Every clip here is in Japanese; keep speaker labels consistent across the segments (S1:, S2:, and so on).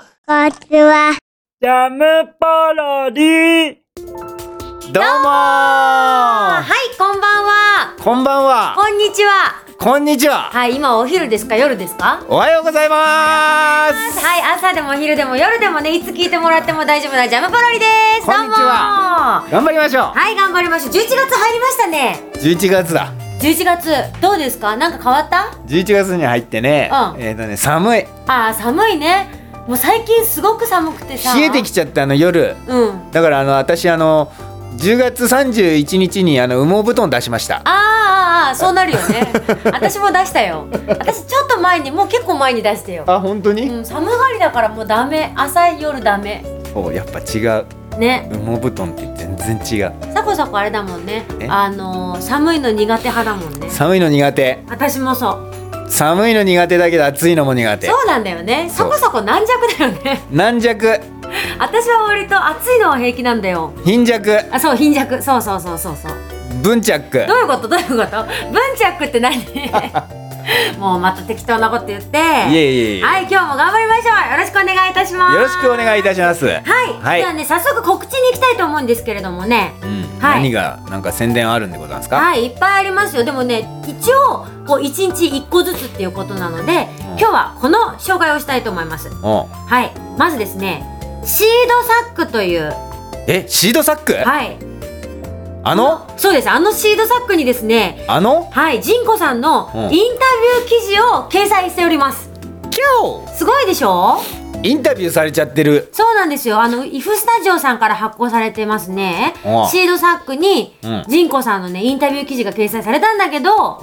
S1: ちは。
S2: ジャムパロディ
S3: どうもー
S4: あはい、こんばんは。
S3: こんばんは
S4: こんにちは。
S3: こんにちは
S4: はい、今お昼ですか、夜ですか。
S3: おはようございます
S4: はい、朝でも昼でも夜でもね、いつ聞いてもらっても大丈夫なジャムパロリです。
S3: こんにちは
S4: どうも
S3: 頑張りましょ
S4: はい、頑張りましょう。11月入りましたね。
S3: う11月だ
S4: 11月、どうですか、なんか変わった。
S3: 11月に入ってね、
S4: うん
S3: えっ、とね寒い
S4: あー、寒いね。もう最近すごく寒くてさ。
S3: 冷えてきちゃってあの夜
S4: うん。
S3: だからあの私あの10月31日にあの羽毛布団出しました
S4: あーあーあーそうなるよ ね私も出したよ私ちょっと前にもう結構前に出してよ、
S3: あ本当
S4: う
S3: に、
S4: ん、寒がりだからもうダメ朝夜ダメ
S3: おやっぱ違う
S4: ね
S3: 羽毛布団って全然違う
S4: さこさこあれだもんね
S3: え。
S4: あのー寒いの苦手派だもんね。
S3: 寒いの苦手
S4: 私もそう。
S3: 寒いの苦手だけど暑いのも苦手
S4: そうなんだよね。さ
S3: そう
S4: こさこ軟弱だよね。
S3: 軟弱
S4: 私は割と暑いのは平気なんだよ。
S3: 貧弱
S4: あ、そう貧弱。そうそうそうそうそう。
S3: 文着
S4: どういうことどういうこと？文着って何？ もうまた適当なこと言って。
S3: いえいえいえ、
S4: はい、今日も頑張りましょう。よろしくお願いいたします。
S3: よろしくお願いいたしますはい、
S4: はい。じゃあね早速告知に行きたいと思うんですけれどもね。
S3: うん
S4: はい
S3: 何がなんか宣伝あるんでございますか、
S4: はい、いっぱいありますよ。でもね、一応こう一日一個ずつっていうことなので、
S3: ん
S4: 今日はこの紹介をしたいと思います。
S3: お
S4: はい、まずですね、シードサックという、
S3: えシードサック
S4: はい、
S3: あの
S4: そうです。あのシードサックにですね、
S3: あの
S4: はい、ジンコさんのイン
S3: うん
S4: タビュー記事を掲載しております。
S3: キャ
S4: すごいでしょ
S3: インタビューされちゃってる
S4: そうなんですよ。あの、イフスタジオさんから発行されてますね
S3: うん。
S4: シードサックに
S3: うん、
S4: ジンコさんのね、インタビュー記事が掲載されたんだけど、
S3: 知っ
S4: 知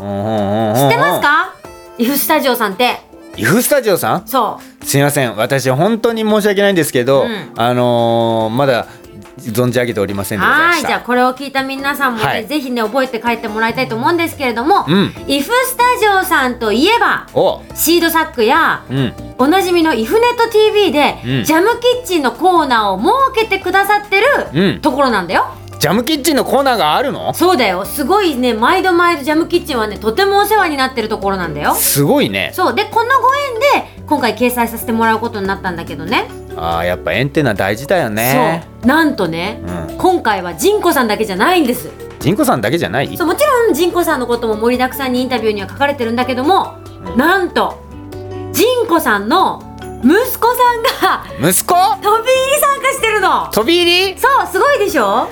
S4: ってますかイフスタジオさんって。
S3: イフスタジオさん
S4: そう。
S3: すいません私本当に申し訳ないんですけど、
S4: うん
S3: あのー、まだ存じ上げておりませんでございま
S4: は
S3: し
S4: い、
S3: た
S4: じゃあこれを聞いた皆さんもね、
S3: はい
S4: ぜひね覚えて帰ってもらいたいと思うんですけれども、
S3: うん
S4: イフスタジオさんといえば
S3: お
S4: シードサックや
S3: うん
S4: おなじみのイフネット TV で、
S3: うん
S4: ジャムキッチンのコーナーを設けてくださって
S3: うん
S4: るところなんだよ、
S3: ジャムキッチンのコーナーがあるの
S4: そうだよすごいね毎度毎度ジャムキッチンはねとてもお世話になってるところなんだよ
S3: すごいね
S4: そうでこのご縁で今回掲載させてもらうことになったんだけどね
S3: あーやっぱエンテナ大事だよね
S4: そうなんとね、
S3: うん
S4: 今回はジンコさんだけじゃないんです
S3: ジンコさんだけじゃない
S4: そうもちろんジンコさんのことも盛りだくさんにインタビューには書かれてるんだけども、なんとジンコさんの息子さ んが
S3: 息子
S4: 飛び入り参加してるの
S3: 飛び入り
S4: そうすごいでしょ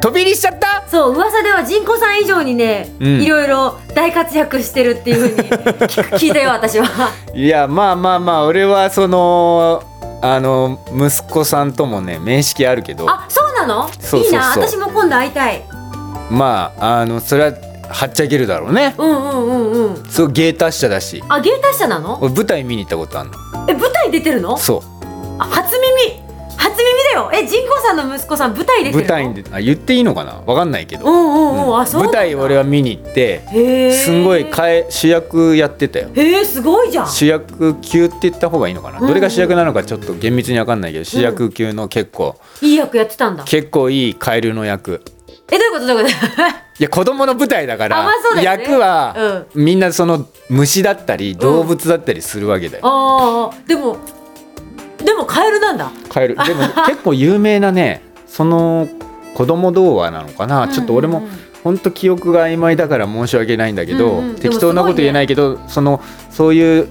S3: 飛び入りしちゃった
S4: そう噂ではジンコさん以上にね、
S3: うん
S4: いろいろ大活躍してるっていうふ うに聞く聞いたよ私は
S3: いやまあまあまあ俺はそのあの息子さんともね面識あるけど
S4: あそうなの
S3: そうそうそう
S4: いいな私も今度会いたい
S3: まああのそれははっちゃけるだろうね
S4: うんうんうんうん
S3: そう芸達者だし
S4: あ芸達者なの
S3: 俺舞台見に行ったことあるの
S4: え舞台出てるの
S3: そ
S4: あ初耳初耳だよえジンコさんの息子さん舞台出
S3: う
S4: てる
S3: 舞
S4: の
S3: 台に出あ言っていいのかなわかんないけ
S4: う
S3: ど、
S4: んうんうん、あそう
S3: 舞
S4: なんだ
S3: 台俺は見に行って
S4: へー
S3: すんごいかえ主役やってたよ
S4: へえすごいじゃん
S3: 主役級って言った方がいいのかな、
S4: んうん
S3: どれが主役なのかちょっと厳密にわかんないけど主役級の結構、
S4: いい役やってたんだ
S3: 結構いいカエルの役
S4: えどういうことどういうこと
S3: いや子供の舞台だから
S4: あまあそうだよね
S3: 役 は、みんなその虫だったり動物だったりするわけだよ、
S4: ああでもでもカエルなんだ
S3: カエ ルでも結構有名なねその子供童話なのかな、
S4: うん
S3: ちょっと俺もほんと記憶が曖昧だから申し訳ないんだけど、
S4: うんうん
S3: 適当なこと言えないけどそのそういう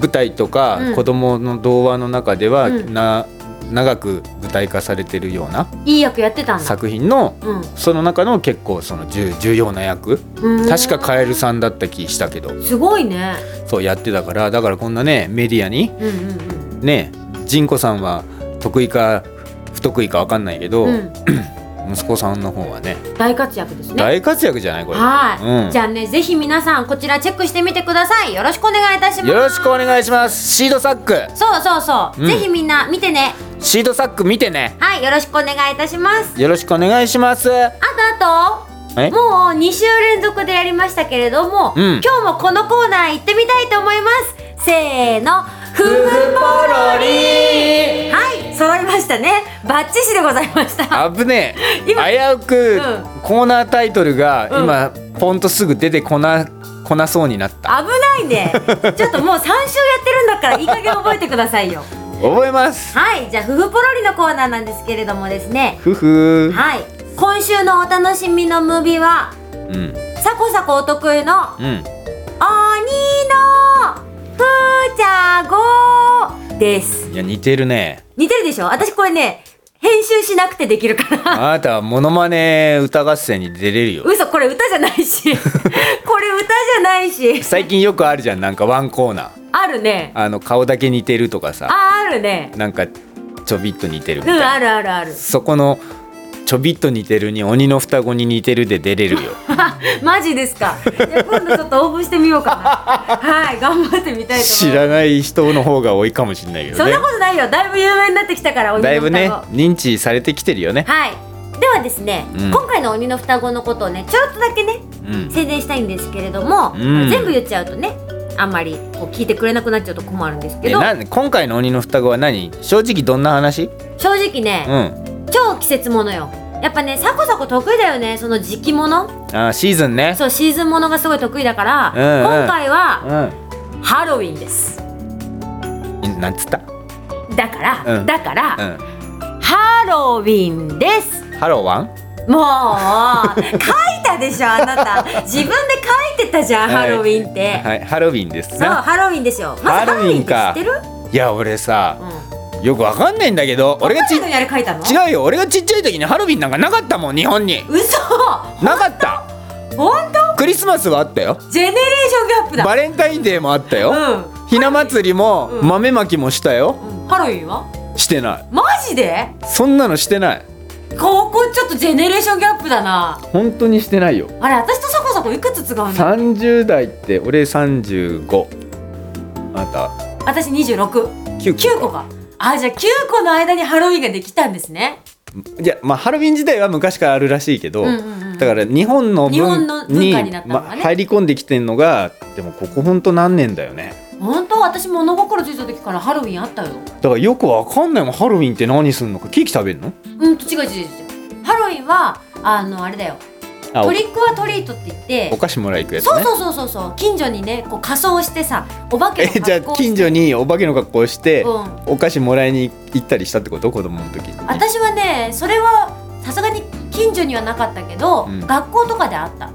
S3: 舞台とか、
S4: うん
S3: 子供の童話の中では、
S4: うん
S3: な長く舞台化されてるようない
S4: い役やってたんだ
S3: 作品の
S4: うん
S3: その中の結構その重重要な役
S4: うーん
S3: 確かカエルさんだった気したけど
S4: すごいね
S3: そうやってたからだからこんなねメディアに
S4: うんうんうん
S3: ねジンコさんは得意か不得意か分かんないけど、
S4: うん、
S3: 息子さんの方はね
S4: 大活躍ですね
S3: 大活躍じゃないこれよ
S4: はい、
S3: うん
S4: じゃあねぜひ皆さんこちらチェックしてみてくださいよろしくお願いいたします
S3: ろしくお願いしますシードサック
S4: そうそうそう、
S3: うん
S4: ぜひみんな見てね
S3: シードサック見てね
S4: はいよろしくお願いいたします
S3: よろしくお願いします
S4: あとあと
S3: え
S4: もう2週連続でやりましたけれども、
S3: うん
S4: 今日もこのコーナー行ってみたいと思いますせーのふふ
S3: ポロリ
S4: はい揃いましたねバッチシでございました
S3: 危ねえ危
S4: 今
S3: うく、
S4: うん
S3: コーナータイトルが
S4: うん
S3: 今、ポンとすぐ出てこなこなそうになった
S4: 危ないねちょっともう3週やってるんだからいい加減覚えてくださいよ
S3: 覚えます
S4: はいじゃあ夫婦ポロリのコーナーなんですけれどもですね
S3: ふふ
S4: はい今週のお楽しみのムービーは
S3: うん
S4: サコサコお得意の
S3: うん
S4: 鬼のプーチャーゴーです
S3: いや似てるね
S4: 似てるでしょ私これね編集しなくてできるから
S3: あなたはモノマネ歌合戦に出れるよ
S4: 嘘これ歌じゃない しこれ歌じゃないし
S3: 最近よくあるじゃんなんかワンコーナー
S4: あるね
S3: あの顔だけ似てるとかさ
S4: ああるね
S3: なんかちょびっと似てるみ
S4: うん
S3: たいな
S4: あるあるある
S3: そこのちょびっと似てるに鬼の双子に似てるで出れるよ
S4: マジですかじゃあ今度ちょっと応募してみようか な はい頑張ってみたいと思います
S3: 知らない人の方が多いかもしれないけど
S4: そん
S3: ね
S4: なことないよだいぶ有名になってきたから鬼の
S3: だいぶ
S4: 双子
S3: ね認知されてきてるよね、
S4: はいではですね、
S3: うん
S4: 今回の鬼の双子のことをねちょろっとだけね
S3: うん、
S4: 宣伝したいんですけれども、
S3: うん
S4: 全部言っちゃうとねあんまりこう聞いてくれなくなっちゃうと困るんですけ
S3: え
S4: ど
S3: なん今回の鬼の双子は何正直どんな話
S4: 正直ね、
S3: うん
S4: 超季節ものよやっぱねサコサコ得意だよねその時期もの
S3: あーシーズンね
S4: そうシーズンものがすごい得意だから、
S3: うんうん
S4: 今回
S3: う
S4: は
S3: ん
S4: ハロウィンです
S3: えなんつった
S4: だから、
S3: うん
S4: だから、
S3: うん
S4: ハロウィンです
S3: ハローワン
S4: もう書いたでしょあな た自分で書いてたじゃん、
S3: はい
S4: ハロウィンって、
S3: はいハロウィンです
S4: そう
S3: な
S4: ハロウィンですよまずハ
S3: ハ
S4: ロ
S3: ロ
S4: ウ
S3: ウ
S4: ィ
S3: ィ
S4: ンっ
S3: ン
S4: て知
S3: か
S4: ってる
S3: いや俺さ
S4: うん
S3: よくわかんないんだけど俺がち
S4: どこにあれ書いたの
S3: 違うよ俺がちっちゃい時にハロウィンなんかなかったもん日本に
S4: 嘘
S3: なかった
S4: 本当
S3: クリスマスはあったよ
S4: ジェネレーションギャップだ
S3: バレンタインデーもあった
S4: う
S3: よ、
S4: ん
S3: ひな祭りも
S4: うん
S3: 豆まきもしたよ
S4: うんハロウィンは
S3: してない
S4: マジで
S3: そんなのしてない
S4: ここちょっとジェネレーションギャップだな
S3: 本当にしてないよ
S4: あれ私とサコサコいくつ違うの
S3: 30代って俺35あな
S4: 私269
S3: た9
S4: 個かあじゃあ9個の間にハロウィンができたんですね
S3: いやまあハロウィン自体は昔からあるらしいけど、
S4: うんうんうん
S3: だから日本の
S4: 日本
S3: 文
S4: の文化になったのがね
S3: ま入り込んできてんのがでもここほんと何年だよね
S4: 本当私物心ついた時からハロウィンあったよ
S3: だからよくわかんないもんハロウィンって何すんのかケーキ食べるの
S4: うんと違う違う違うハロウィンはあのあれだよ
S3: あ
S4: ト
S3: お
S4: リックはトリートって言って
S3: お菓子もらい行くやつね
S4: そうそうそうそうそう近所にねこう仮装してさお化けの
S3: えじゃあ
S4: 格好をして
S3: 近所にお化けの格好をして、
S4: うん
S3: お菓子もらいに行ったりしたってこと子供の時に
S4: 私はねそれはさすがに近所にはなかったけど、
S3: うん
S4: 学校とかであった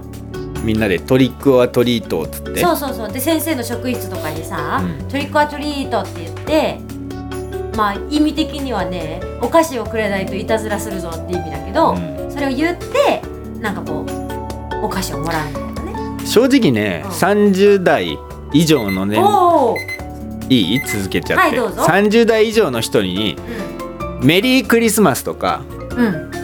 S3: みんなでトリックはトリートっつって
S4: そうそうそうで先生の職員室とかにさ、
S3: うん
S4: トリックアトリートって言ってまあ意味的にはねお菓子をくれないといたずらするぞって意味だけど、
S3: うん
S4: それを言ってなんかこうお菓子をもらうみたいなね、
S3: 正直ね、
S4: うん
S3: 30代以上のね
S4: おお、うん、
S3: いい続けちゃって、
S4: はいどうぞ
S3: 30代以上の人にメリークリスマスとか
S4: うんうん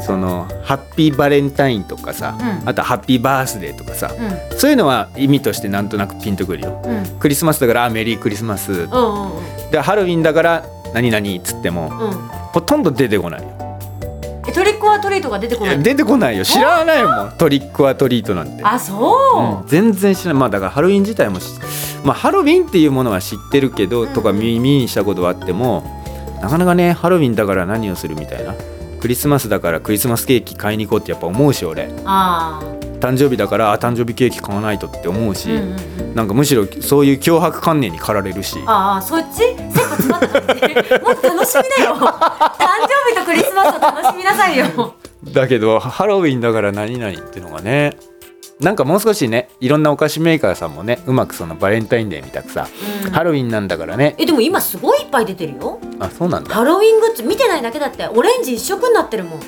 S3: そのハッピーバレンタインとかさ、
S4: うん
S3: あとハッピーバースデーとかさそういうのは意味としてなんとなくピンとくるよ
S4: うんうん
S3: クリスマスだからあメリークリスマス
S4: うんうん
S3: でハロウィンだから何々っつっても
S4: うん
S3: ほとんど出てこない
S4: えトリックアトリートが出てこ
S3: い
S4: な
S3: や
S4: い
S3: 出てこないよ知らないもんトリックはトリートなんて、
S4: あそう、
S3: うん全然知らないまあだからハロウィン自体もし、まあ、ハロウィンっていうものは知ってるけど、
S4: うん
S3: とか耳にしたことはあってもなかなかねハロウィンだから何をするみたいなクリスマスだからクリスマスケーキ買いに行こうってやっぱ思うし俺
S4: ああ
S3: 誕生日だからあ誕生日ケーキ買わないとって思うし、
S4: うんうんうん
S3: なんかむしろそういう脅迫観念に駆られるし
S4: ああそっち切羽詰まった感じ もっと楽しみなよ誕生日とクリスマスを楽しみなさいよ
S3: だけどハロウィンだから何々っていうのがねなんかもう少しねいろんなお菓子メーカーさんもねうまくそのバレンタインデーみたくさハロウィンなんだからね
S4: えでも今すごいいっぱい出てるよ
S3: あそうなんだ
S4: ハロウィングッズ見てないだけだってオレンジ一色になってるもん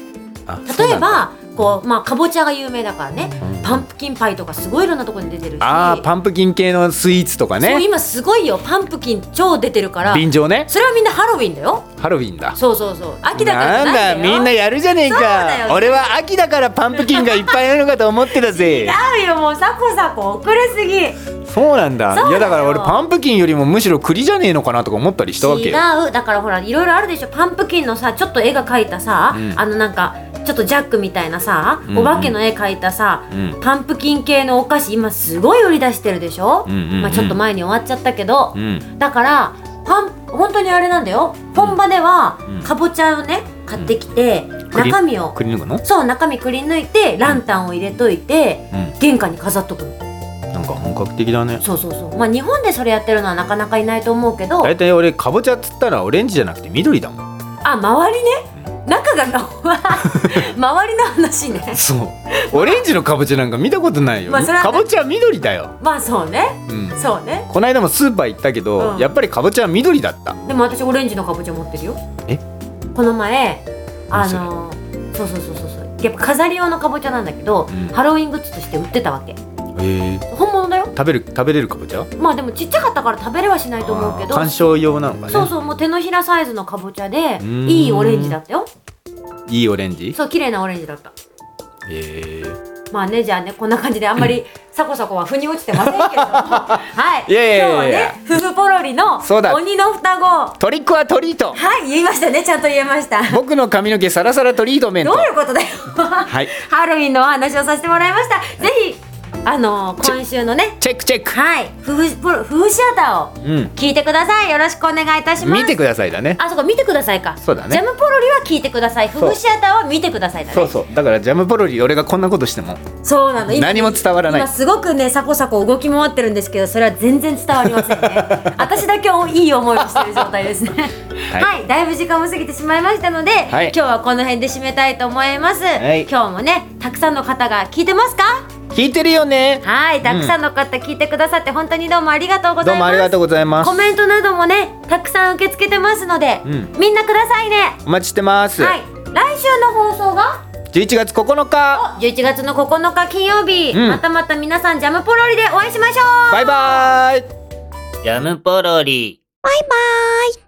S3: あそうな
S4: 例え
S3: んだ
S4: ばこうまあかぼちゃが有名だからね
S3: うん
S4: パンプキンパイとかすごいいろんなところに出てるし
S3: あーパンプキン系のスイーツとか
S4: そう
S3: ね
S4: 今すごいよパンプキン超出てるから
S3: 便乗ね
S4: それはみんなハロウィンだよ
S3: ハロウィンだ
S4: そうそうそう秋だか
S3: な
S4: らじゃ
S3: ん
S4: ない
S3: だ
S4: んだよ
S3: みんなやるじゃねえ
S4: そうだ
S3: か
S4: よ
S3: 俺は秋だからパンプキンがいっぱいあるのかと思ってたぜ
S4: 違うよもうサコサコ遅れすぎ
S3: そうなんだ
S4: そうだよ
S3: いやだから俺パンプキンよりもむしろ栗じゃねえのかなとか思ったりしたわけよ
S4: 違うだからほらいろいろあるでしょパンプキンのさちょっと絵が描いたさ、
S3: うん
S4: あのなんかちょっとジャックみたいなさ、
S3: うんうん
S4: お化けの絵描いたさ、
S3: うん
S4: パンプキン系のお菓子今すごい売り出してるでしょ、
S3: うんうんうん
S4: まあ、ちょっと前に終わっちゃったけど、
S3: うん
S4: だからパン本当にあれなんだよ本場では、
S3: うん
S4: かぼちゃをね買ってきて、
S3: 栗
S4: 中身を
S3: 栗のかな
S4: そう中身くり抜いてランタンを入れといて、
S3: うん
S4: 玄関に飾っとくの
S3: なんか本格的だね
S4: そうそうそうまあ日本でそれやってるのはなかなかいないと思うけど
S3: 大体俺かぼちゃっつったらオレンジじゃなくて緑だもん
S4: あ周りね中が 周りの話ね
S3: そうオレンジのかぼちゃなんか見たことないよ、
S4: まあそれは
S3: かぼちゃは緑だよ、
S4: まあそうね
S3: うん、
S4: そうね
S3: この間もスーパー行ったけど、
S4: うん
S3: やっぱりかぼちゃは緑だった
S4: でも私オレンジのかぼちゃ持ってるよ
S3: え
S4: この前あ
S3: 何それ
S4: のそうそうそうそうそうやっぱ飾り用のかぼちゃなんだけど、
S3: うん
S4: ハロウィングッズとして売ってたわけ
S3: へえ
S4: 本物だよ
S3: 食べる食べれるかぼちゃ
S4: まあでもちっちゃかったから食べれはしないと思うけど
S3: 鑑賞用なのかね
S4: そうそうもう手のひらサイズのかぼちゃで
S3: ーん
S4: いいオレンジだったよ
S3: いいオレンジ
S4: そう綺麗なオレンジだった
S3: へえ
S4: まあねじゃあねこんな感じであんまりサコサコは腑に落ちてませんけれ どもはい
S3: いやいやいやいや
S4: 今日はねフフポロリの
S3: そうだ
S4: 鬼の双子は
S3: トリックはトリート
S4: い言いましたねちゃんと言えました
S3: 僕の髪の毛サラサラトリートメン
S4: ど
S3: ト
S4: ういうことだよ
S3: はい
S4: ハロウィンのお話をさせてもらいました、ぜひあのー
S3: ち
S4: 今週のね
S3: チェックチェック
S4: はい夫婦ポロ夫婦シアターを
S3: うん
S4: 聞いてくださいよろしくお願いいたします
S3: 見てくださいだね
S4: あそうか見てくださいか
S3: そうだね
S4: ジャムポロリは聞いてください
S3: う
S4: 夫婦シアターは見てくださいだね
S3: そうそうだからジャムポロリ俺がこんなことしても
S4: そうなの今
S3: 何も伝わらない
S4: 今すごくねサコサコ動き回ってるんですけどそれは全然伝わりませんね 私だけいい思いをしてる状態ですねは
S3: はい
S4: い、だいぶ時間も過ぎてしまいましたので、
S3: はい
S4: 今日はこの辺で締めたいと思います、
S3: はい
S4: 今日もねたくさんの方が聞いてますか
S3: 聞いてるよね
S4: はいたくさんの方聞いてくださって本当にどうもありがとうご
S3: ど
S4: ざ
S3: う
S4: い
S3: も
S4: ま
S3: あり
S4: す
S3: がとうございます
S4: コメントなどもねたくさん受け付けてますので、
S3: うん
S4: みんなくださいね
S3: お待ちしてます、
S4: はい来週の放送が
S3: 11月9日
S4: 11月の9日金曜日、
S3: うん
S4: またまた皆さんジャムポロリでお会いしましょう
S3: バイバイ
S2: ジャムポロリ。
S1: バイバイ